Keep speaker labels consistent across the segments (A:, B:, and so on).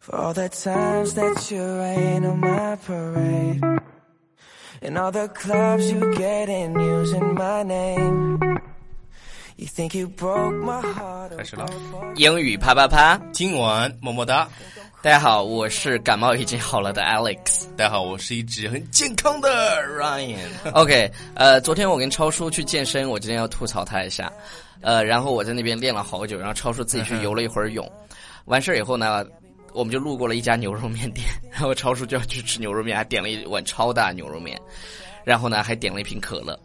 A: For all the times that you rain on my parade. And all the clubs you get in using my name. You think you broke my heart.
B: 开始了。
C: 英语啪啪啪！
B: 今晚么么哒，
C: 大家好，我是感冒已经好了的 Alex。
B: 大家好，我是一只很健康的 Ryan。
C: OK，呃，昨天我跟超叔去健身，我今天要吐槽他一下。呃，然后我在那边练了好久，然后超叔自己去游了一会儿泳。完事儿以后呢，我们就路过了一家牛肉面店， 然后超叔就要去吃牛肉面，还点了一碗超大牛肉面，然后呢还点了一瓶可乐。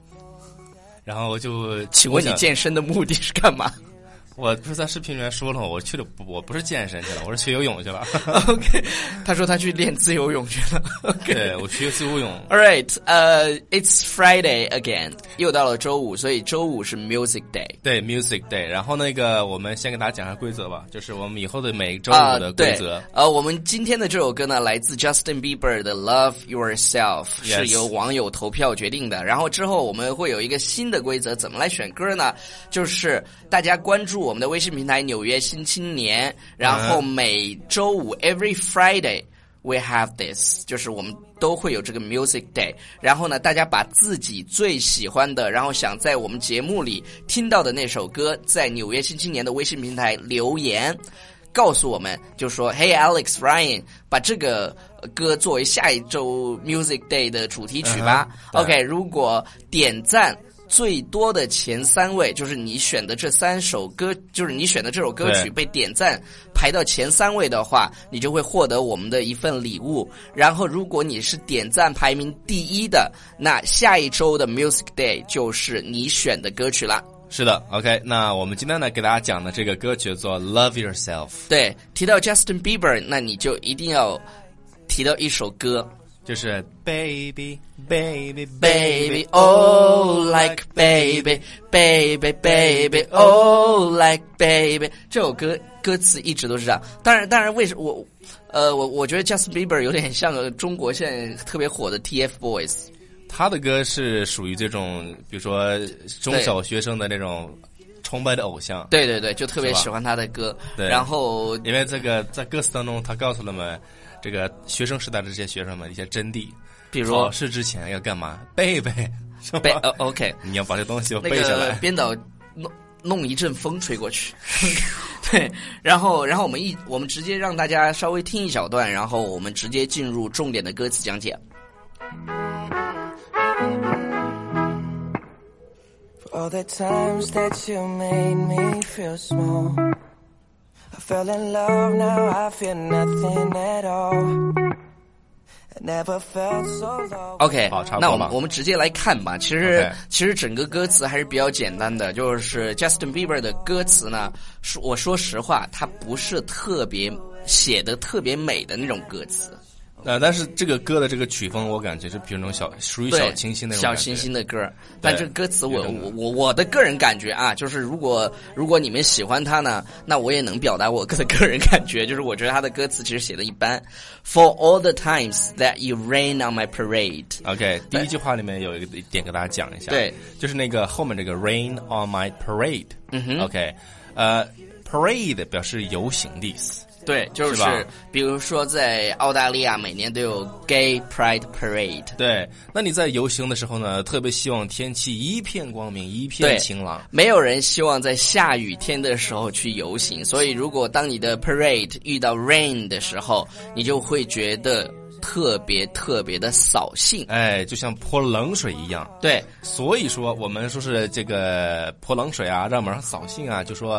B: 然后我就
C: 请问你
B: 我想
C: 健身的目的是干 嘛
B: 我不是在视频里面说了吗？我去的不我不是健身去了，我是学游泳去了。
C: ？OK，他说他去练自由泳去了。OK，
B: 对，我学自由泳。
C: All right，呃、i t s Friday again，又到了周五，所以周五是 Music Day
B: 对，Music Day。然后那个，我们先给大家讲一下规则吧，就是我们以后的每周
C: 啊、
B: 五的规
C: 对
B: 则。，
C: 呃，我们今天的这首歌呢，来自 Justin Bieber 的《Love Yourself》，
B: Yes
C: 是由网友投票决定的。然后之后我们会有一个新的规则，怎么来选歌呢？就是大家关注我们的微信平台《纽约新青年》，然后每周五 Every Friday。We have this，就是我们都会有这个 Music Day。然后呢，大家把自己最喜欢的，然后想在我们节目里听到的那首歌，在《纽约新青年》的微信平台留言，告诉我们，就说 Hey Alex Ryan，把这个呃歌作为下一周 Music Day 的主题曲吧。
B: 嗯哼对
C: OK，如果点赞。最多的前三位就是你选的这三首歌，就是你选的这首歌曲
B: 对
C: 被点赞排到前三位的话，你就会获得我们的一份礼物。然后，如果你是点赞排名第一的，那下一周的 Music Day 就是你选的歌曲啦。
B: 是的，OK。那我们今天呢，给大家讲的这个歌曲叫做《Love Yourself》，
C: 对，提到 Justin Bieber，那你就一定要提到一首歌
B: 就是 Baby Baby
C: ，Baby Oh Like Baby Baby Baby Oh Like Baby。这首歌歌词一直都是这样。当然，当然，为什么我，呃，我我觉得 Justin Bieber 有点像个中国现在特别火的 TFBOYS。
B: 他的歌是属于这种，比如说中小学生的那种崇拜的偶像，
C: 对对对，就特别
B: 是吧
C: 喜欢他的歌。
B: 对
C: 然后
B: 因为这个在歌词当中，他告诉了我们这个学生时代的这些学生们一些真谛，
C: 比如
B: 考试之前要干嘛 背背，是
C: 背、
B: 吧？
C: 呃、，OK，
B: 你要把这东西
C: 那
B: 背下
C: 个
B: 来。
C: 编导弄弄一阵风吹过去， 对，然后然后我们一我们直接让大家稍微听一小段，然后我们直接进入重点的歌词讲解。
A: For all the times that you made me feel small. I fell in love, now I feel nothing at all. I never felt so low.
C: OK，
B: 好差不多了
C: 那我们我们直接来看吧。其实
B: OK
C: 其实整个歌词还是比较简单的，就是 Justin Bieber 的歌词呢，说我说实话，它不是特别写的特别美的那种歌词，
B: 呃，但是这个歌的这个曲风，我感觉是比那种小属于
C: 对，
B: 小清新那种
C: 小
B: 感觉
C: 清新的歌儿。但
B: 对
C: 这歌词我
B: 有点
C: 我我我的个人感觉啊，就是如果如果你们喜欢他呢，那我也能表达我的个人感觉，就是我觉得他的歌词其实写的一般。For all the times that you rain on my parade，
B: OK，第
C: 对
B: 一句话里面有一个点给大家讲一下，
C: 对，
B: 就是那个后面这个 rain on my parade，嗯哼，OK，呃，parade 表示游行的意思，
C: 对，就是
B: 是吧
C: 比如说在澳大利亚每年都有 Gay Pride Parade。
B: 对，那你在游行的时候呢，特别希望天气一片光明，一
C: 对
B: 片晴朗，
C: 没有人希望在下雨天的时候去游行，所以如果当你的 parade 遇到 rain 的时候，你就会觉得特别特别的扫兴。
B: 哎，就像泼冷水一样。
C: 对，
B: 所以说，我们说是这个泼冷水啊，让我们扫兴啊，就说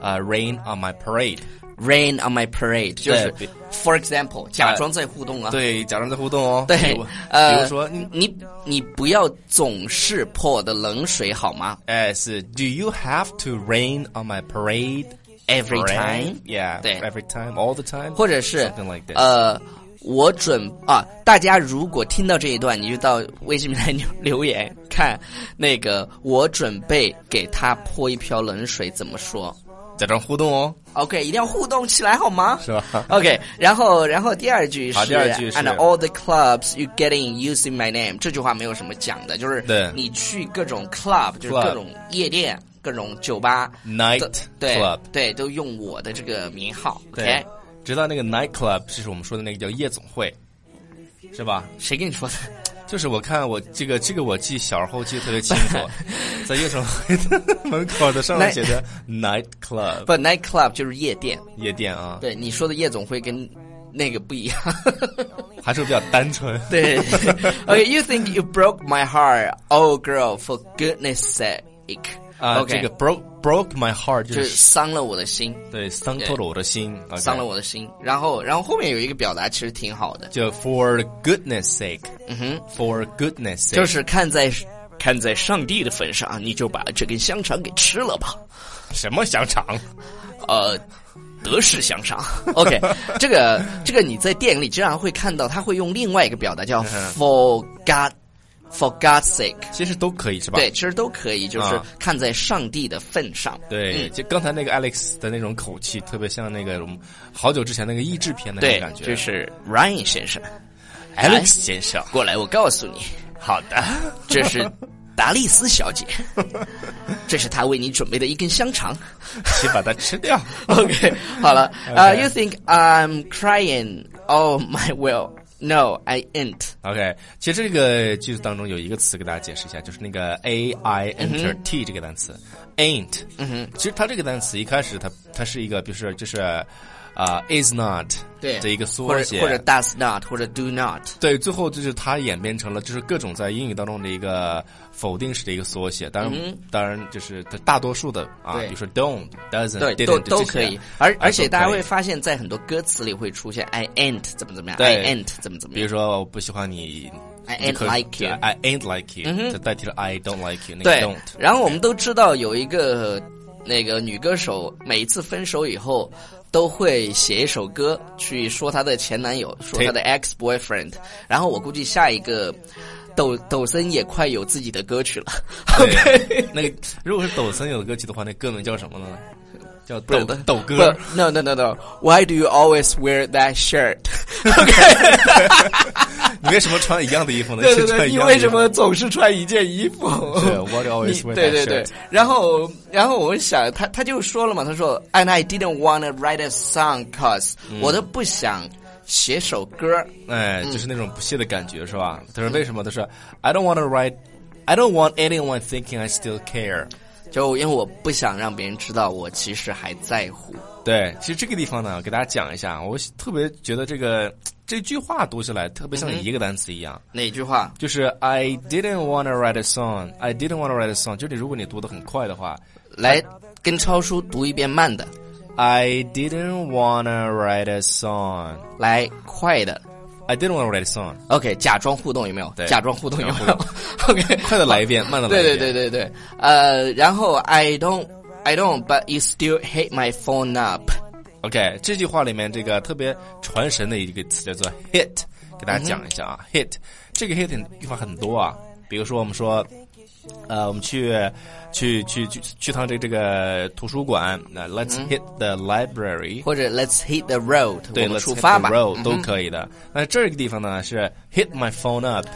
B: 啊、r a i n on my parade，
C: rain on my parade，就是
B: 比
C: for example，假装在互动啊。
B: 对，假装在互动哦。
C: 对
B: 比如
C: 呃，
B: 比如说，嗯你
C: 你你不要总是泼我的冷水好吗
B: 哎，是 Do you have to rain on my parade
C: ？Every time，
B: Yeah，
C: 对
B: every time, all the time，
C: 或者是
B: something like this
C: 呃，我准啊，大家如果听到这一段，你就到微信平台留留言看那个，我准备给他泼一瓢冷水怎么说
B: 假装互动哦，
C: ？OK，一定要互动起来好吗？
B: 是吧？
C: OK，然后然后第二句是
B: 好第二句是
C: And all the clubs you get in using my name，这句话没有什么讲的，就是
B: 对
C: 你去各种 club，就是
B: Club
C: 各种夜店、各种酒吧
B: Night
C: 对
B: club
C: 对，都用我的这个名号。
B: 对
C: OK，
B: 直到那个 night club，就是我们说的那个叫夜总会，是吧？
C: 谁跟你说的？
B: 就是我看我这个这个我记小时候记得特别清 楚，在夜总会的 门口的上面写着 night club
C: 不，night club 就是夜店。
B: 夜店啊，
C: 对，你说的夜总会跟那个不一样。
B: 还是比较单纯。
C: 对，OK，you、think you broke my heart, oh girl, for goodness sake。
B: 啊，
C: OK，
B: 这个 broke broke my heart 就
C: 就是
B: 是
C: 伤了我的心，
B: 对伤透了我的心，OK
C: 伤了我的心。然后，然后后面有一个表达其实挺好的，
B: 就 for goodness sake，嗯
C: 哼
B: ，for goodness sake，
C: 就是看在看在上帝的份上，你就把这根香肠给吃了吧。
B: 什么香肠
C: 呃，德式香肠。OK，这个这个你在电影里经常会看到，他会用另外一个表达叫
B: 嗯
C: for God for God's sake。
B: 其实都可以是吧？
C: 对，其实都可以，就是
B: 啊
C: 看在上帝的份上。
B: 对，
C: 嗯
B: 就刚才那个 Alex 的那种口气，特别像那个我们好久之前那个译制片的那
C: 对
B: 种感，觉。
C: 就是 Ryan 先生
B: Alex 先生，
C: 过来，我告诉你，
B: 好的，
C: 这是达丽丝小 姐，这是她为你准备的一根香肠。
B: 请把它吃掉。
C: OK，好了，呃
B: OK
C: ，You think I'm crying? Oh my will, no, I ain't.
B: OK，其实这个句子当中有一个词给大家解释一下，就是那个 A I enter T 这个单词、ain't。嗯哼，其实它这个单词一开始它它是一个，比如说就是啊、is not
C: 对
B: 的一个缩
C: 或者
B: 写，
C: 或者 does not 或者 do not。
B: 对，最后就是它演变成了就是各种在英语当中的一个否定式的一个缩写，当然、当然就是它大多数的啊，
C: 嗯对
B: 比如说 don't、doesn't、
C: 对，
B: didn't
C: 都
B: 这
C: 都
B: 些
C: 可以，而
B: 啊
C: 而且
B: 都
C: 大家
B: 可以
C: 会发现，在很多歌词里会出现 I ain't 怎么怎么样
B: 对
C: ，I ain't 怎么怎么
B: 比如
C: 样，
B: 说我不喜欢你
C: I
B: 你
C: ain't
B: 就可以
C: like you 嗯
B: 对 I ain't like you，、就代替了 I don't like you 那个
C: 对
B: don't。。
C: 然后我们都知道有一个那个女歌手，每一次分手以后都会写一首歌去说她的前男友，说她的 ex boyfriend。然后我估计下一个抖抖森也快有自己的歌曲了。
B: 对，那个如果是抖森有的歌曲的话，那歌名叫什么呢？叫抖
C: 不
B: 抖歌。
C: 不，no no no no，Why do you always wear that shirt？OK，
B: 你为什么穿一样的衣服呢？
C: 对对
B: 就穿
C: 对，
B: 一
C: 你
B: 样的
C: 为
B: 衣服
C: 什么总是穿一件衣服？
B: 对，What always
C: 你
B: wear
C: 对
B: that
C: 对对
B: shirt？，
C: 然后然后我想他他就说了嘛，他说，and I didn't wanna write a song cause、我
B: 嗯
C: 都不想写首歌，
B: 哎，
C: 嗯
B: 就是那种不屑的感觉，是吧？他说为什么？他说 I don't want to write。I don't want anyone thinking I still care。
C: 就因为我不想让别人知道我其实还在乎。
B: 对，其实这个地方呢，我给大家讲一下，我特别觉得这个这句话读起来特
C: 嗯
B: 别像一个单词一样，
C: 哪句话？
B: 就是 I didn't want to write a song。I didn't want to write a song。就是你如果你读的很快的话
C: 来跟超叔读一遍慢的，
B: ，I didn't want to write a song。
C: 来快的。
B: I didn't want to write a song。
C: OK，假装互动有没有？
B: 对
C: 假装互动有没
B: 假
C: 有 ？OK，
B: 快的来一遍，慢的来一
C: 对
B: 遍。
C: 对对对对，呃，然后 I don't I don't but you still hit my phone up。
B: OK，这句话里面这个特别传神的一个词叫做 hit，给大家讲一下
C: 嗯
B: 啊、h i t 这个 hit 的地方很多啊，比如说我们说，呃，我们去去去去去趟这这个图书馆，那 Let's hit the library，、
C: 或者 Let's hit the road，
B: 对
C: 嗯我们
B: ，Let's
C: 出
B: hit
C: 发吧
B: the。road
C: 嗯
B: 都可以的。那这个地方呢是 hit my phone up，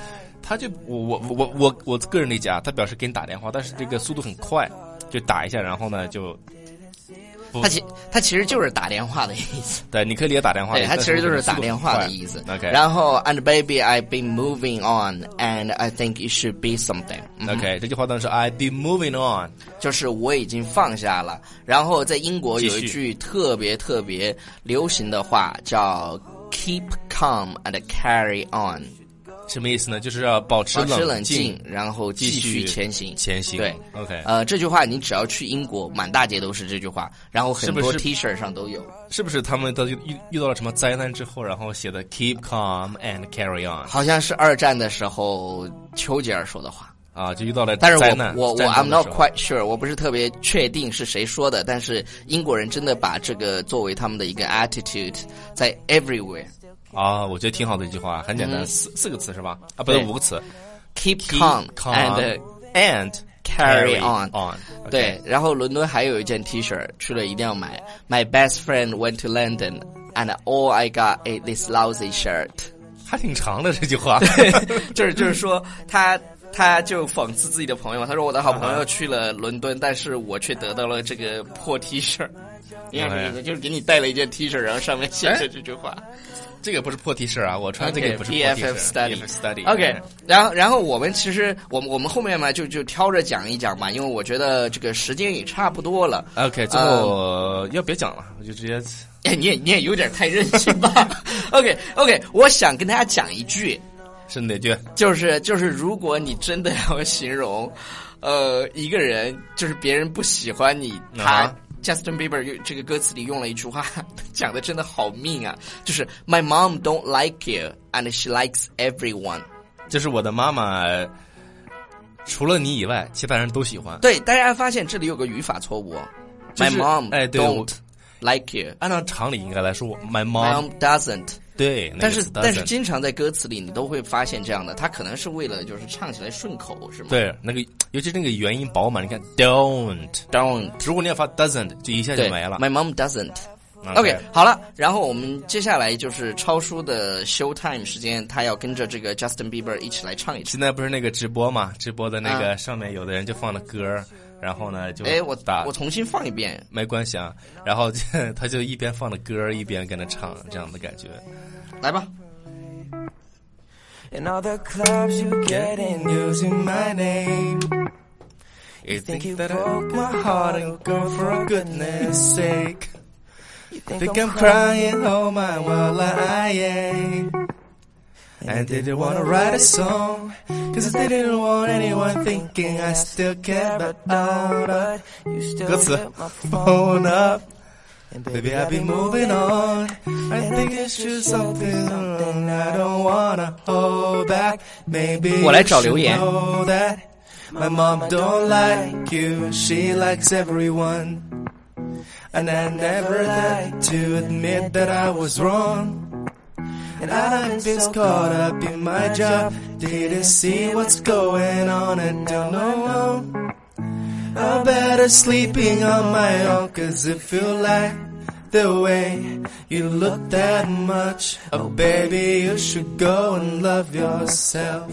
B: 他就我我我我我我个人理解啊，他表示给你打电话，但是这个速度很快，就打一下，然后呢就不
C: 他其他其实就是打电话的意思，
B: 对，你可以理解打电话，
C: 对，他
B: 但
C: 其实就是
B: 这个哦速
C: 打
B: 度
C: 电
B: 很
C: 话
B: 快
C: 的意思。
B: OK，
C: 然后 And baby, I've been moving on, and I think it should be something 嗯。
B: OK，这句话当时 I be moving on，
C: 就是我已经放下了。然后在英国有
B: 继
C: 一
B: 续
C: 句特别特别流行的话叫 Keep calm and carry on，
B: 什么意思呢？就是要保持
C: 保持
B: 冷
C: 冷静，然后继
B: 继续
C: 续前行。
B: 前行。
C: 对
B: ，OK，
C: 呃，这句话你只要去英国，满大街都是这句话，然后很
B: 是不
C: 多
B: 是
C: T 恤上都有。
B: 是不是他们都遇遇到了什么灾难之后，然后写的 Keep calm and carry on
C: 好像是二战的时候丘吉尔说的话，
B: 啊，就遇到了
C: 但是
B: 灾
C: 我
B: 难。
C: 我我
B: 战争
C: I'm
B: 的
C: not
B: 时候
C: quite sure，我不是特别确定是谁说的，但是英国人真的把这个作为他们的一个 attitude，在 everywhere
B: 啊，我觉得挺好的一句话，很简单，四四个词是吧？啊，不对，
C: 嗯对
B: 五个词
C: keep calm
B: ，Keep
C: and
B: calm and
C: carry on
B: on，OK
C: 对，然后伦敦还有一件 T 恤去了一定要买，My best friend went to London and all I got is this lousy shirt，
B: 还挺长的这句话。
C: 就是就是说他。他就讽刺
B: 嗯
C: 自己的朋友，他说我的好朋友去了伦敦，但是我却得到了这个破 T 恤。你看这意思，就是给你带了一件 T 恤，然后上面写着这句话。
B: 这个不是破 T 恤啊，我穿哎这个也不是破 T
C: BFF
B: 恤
C: study
B: BFF study。哎嗯
C: OK，然后然后我们其实我们我们后面嘛就就挑着讲一讲嘛，因为我觉得这个时间也差不多了。嗯
B: OK，最后要别讲了，我就直接
C: 哎， 你也你也有点太任性吧？OK OK，我想跟大家讲一句，
B: 是哪句？
C: 就是就是，如果你真的要形容，呃，一个人就是别人不喜欢你，他、
B: 啊
C: Justin Bieber 就这个歌词里用了一句话，讲的真的好命啊，就是 My mom don't like you and she likes everyone。
B: 就是我的妈妈，除了你以外，其他人都喜欢。
C: 对，大家发现这里有个语法错误哦、
B: 就
C: My
B: 是
C: mom
B: 哎对我
C: don't like you。
B: 按照常理应该来说我
C: My
B: ，my mom
C: mom doesn't，
B: 对，那
C: 但
B: 个
C: 是
B: 词
C: 但是
B: doesn't
C: 经常在歌词里你都会发现这样的，他可能是为了就是唱起来顺口是吗？
B: 对那个，尤其那个元音饱满，你看 don't，
C: ，don't
B: 如果你要发 doesn't，就一下就
C: 对
B: 没了。
C: My mom doesn't。
B: OK，
C: OK，好了，然后我们接下来就是超叔的 show time 时间，他要跟着这个 Justin Bieber 一起来唱一次。
B: 现在不是那个直播嘛？直播的那个上面有的人就放了歌儿，然后呢就
C: 啊哎，我
B: 打
C: 我重新放一遍。
B: 没关系啊，然后就 他就一边放着歌儿一边跟着唱，这样的感觉。
C: 来吧。
A: In all the clubs you get in using my name. You think you broke my heart and girl for goodness
B: sake.
A: You think,
B: Think
A: I'm,
B: I'm crying, oh my, well I am. I didn't wanna write a song, cause I didn't want anyone thinking I still care about all the
A: you still
B: 歌词
A: hit my
B: phone up.
A: and
B: Baby, I'll be moving on. I think it's just something wrong. I don't wanna hold back. Maybe you
C: 我来找留言。
B: should know that. My mom don't like you, she likes everyone. And I never like to admit that I was wrong. And I've been caught up in my job. Didn't see what's going on and don't know. I'm better sleeping on my own, cause if you like the way you look that much, oh baby, you should go and love yourself.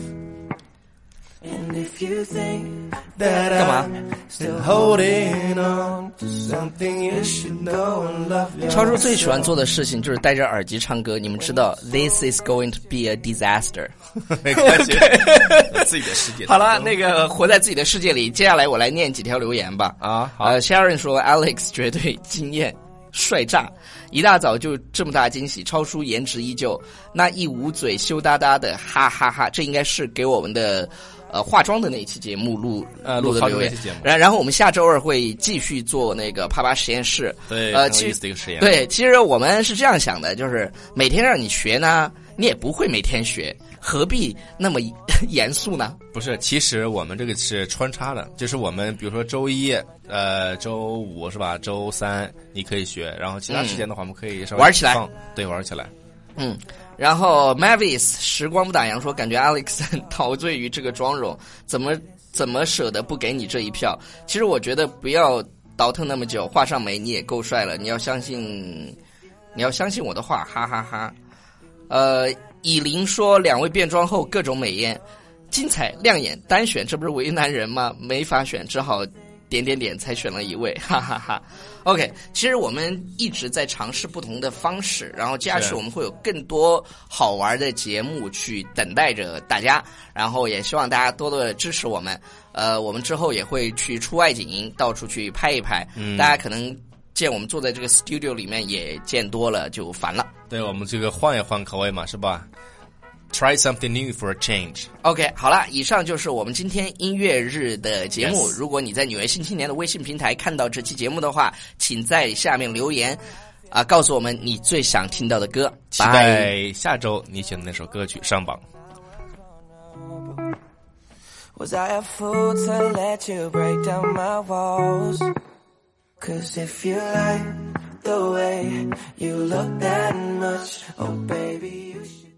A: And if you think
B: That I'm
A: I'm
B: still
A: still
B: holding on to something you should know and love yourself.
C: 超叔最喜欢做的事情就是戴着耳机唱歌。你们知道，This is going to be a disaster。
B: 没关系，自己的世界。
C: 好了，那个活在自己的世界里。接下来我来念几条留言吧。
B: 啊好
C: 呃，Sharon 说，Alex 绝对惊艳，帅炸！一大早就这么大惊喜，超叔颜值依旧，那一捂嘴羞答答的，哈哈哈这应该是给我们的。呃，化妆的那一期节目录
B: 呃录
C: 录的
B: 化
C: 留
B: 妆
C: 言
B: 那期节目，
C: 然然后我们下周二会继续做那个啪啪实验室，
B: 对
C: 呃，
B: 很有
C: 其
B: 意思的一个实验
C: 对，其实我们是这样想的，就是每天让你学呢，你也不会每天学，何必那么严肃呢？
B: 不是，其实我们这个是穿插的，就是我们比如说周一、呃周五是吧？周三你可以学，然后其他时间的话，我们可以稍微
C: 玩起来
B: 放，对，玩起来。
C: 嗯，然后 Mavis 时光不打烊说，感觉 Alex 很陶醉于这个妆容，怎么怎么舍得不给你这一票？其实我觉得不要倒腾那么久，画上眉你也够帅了，你要相信，你要相信我的话，哈哈哈呃，以琳说，两位变装后各种美艳，精彩亮眼，单选这不是为难人吗？没法选，只好点点点才选了一位，哈哈哈 OK，其实我们一直在尝试不同的方式，然后接下去
B: 是
C: 我们会有更多好玩的节目去等待着大家，然后也希望大家多多地支持我们。呃，我们之后也会去出外景营，到处去拍一拍。
B: 嗯
C: 大家可能见我们坐在这个 studio 里面也见多了就烦了。
B: 对我们这个换一换口味嘛，是吧？Try something new for a change。
C: OK，好了，以上就是我们今天音乐日的节目。
B: Yes
C: 如果你在纽约新青年的微信平台看到这期节目的话，请在下面留言，啊、告诉我们你最想听到的歌。
B: 期
C: 拜。
B: 待下周你选的那首歌曲上榜。
A: Was I a fool to let you break down my walls? Cause if you like the way you look that much, oh baby, you should.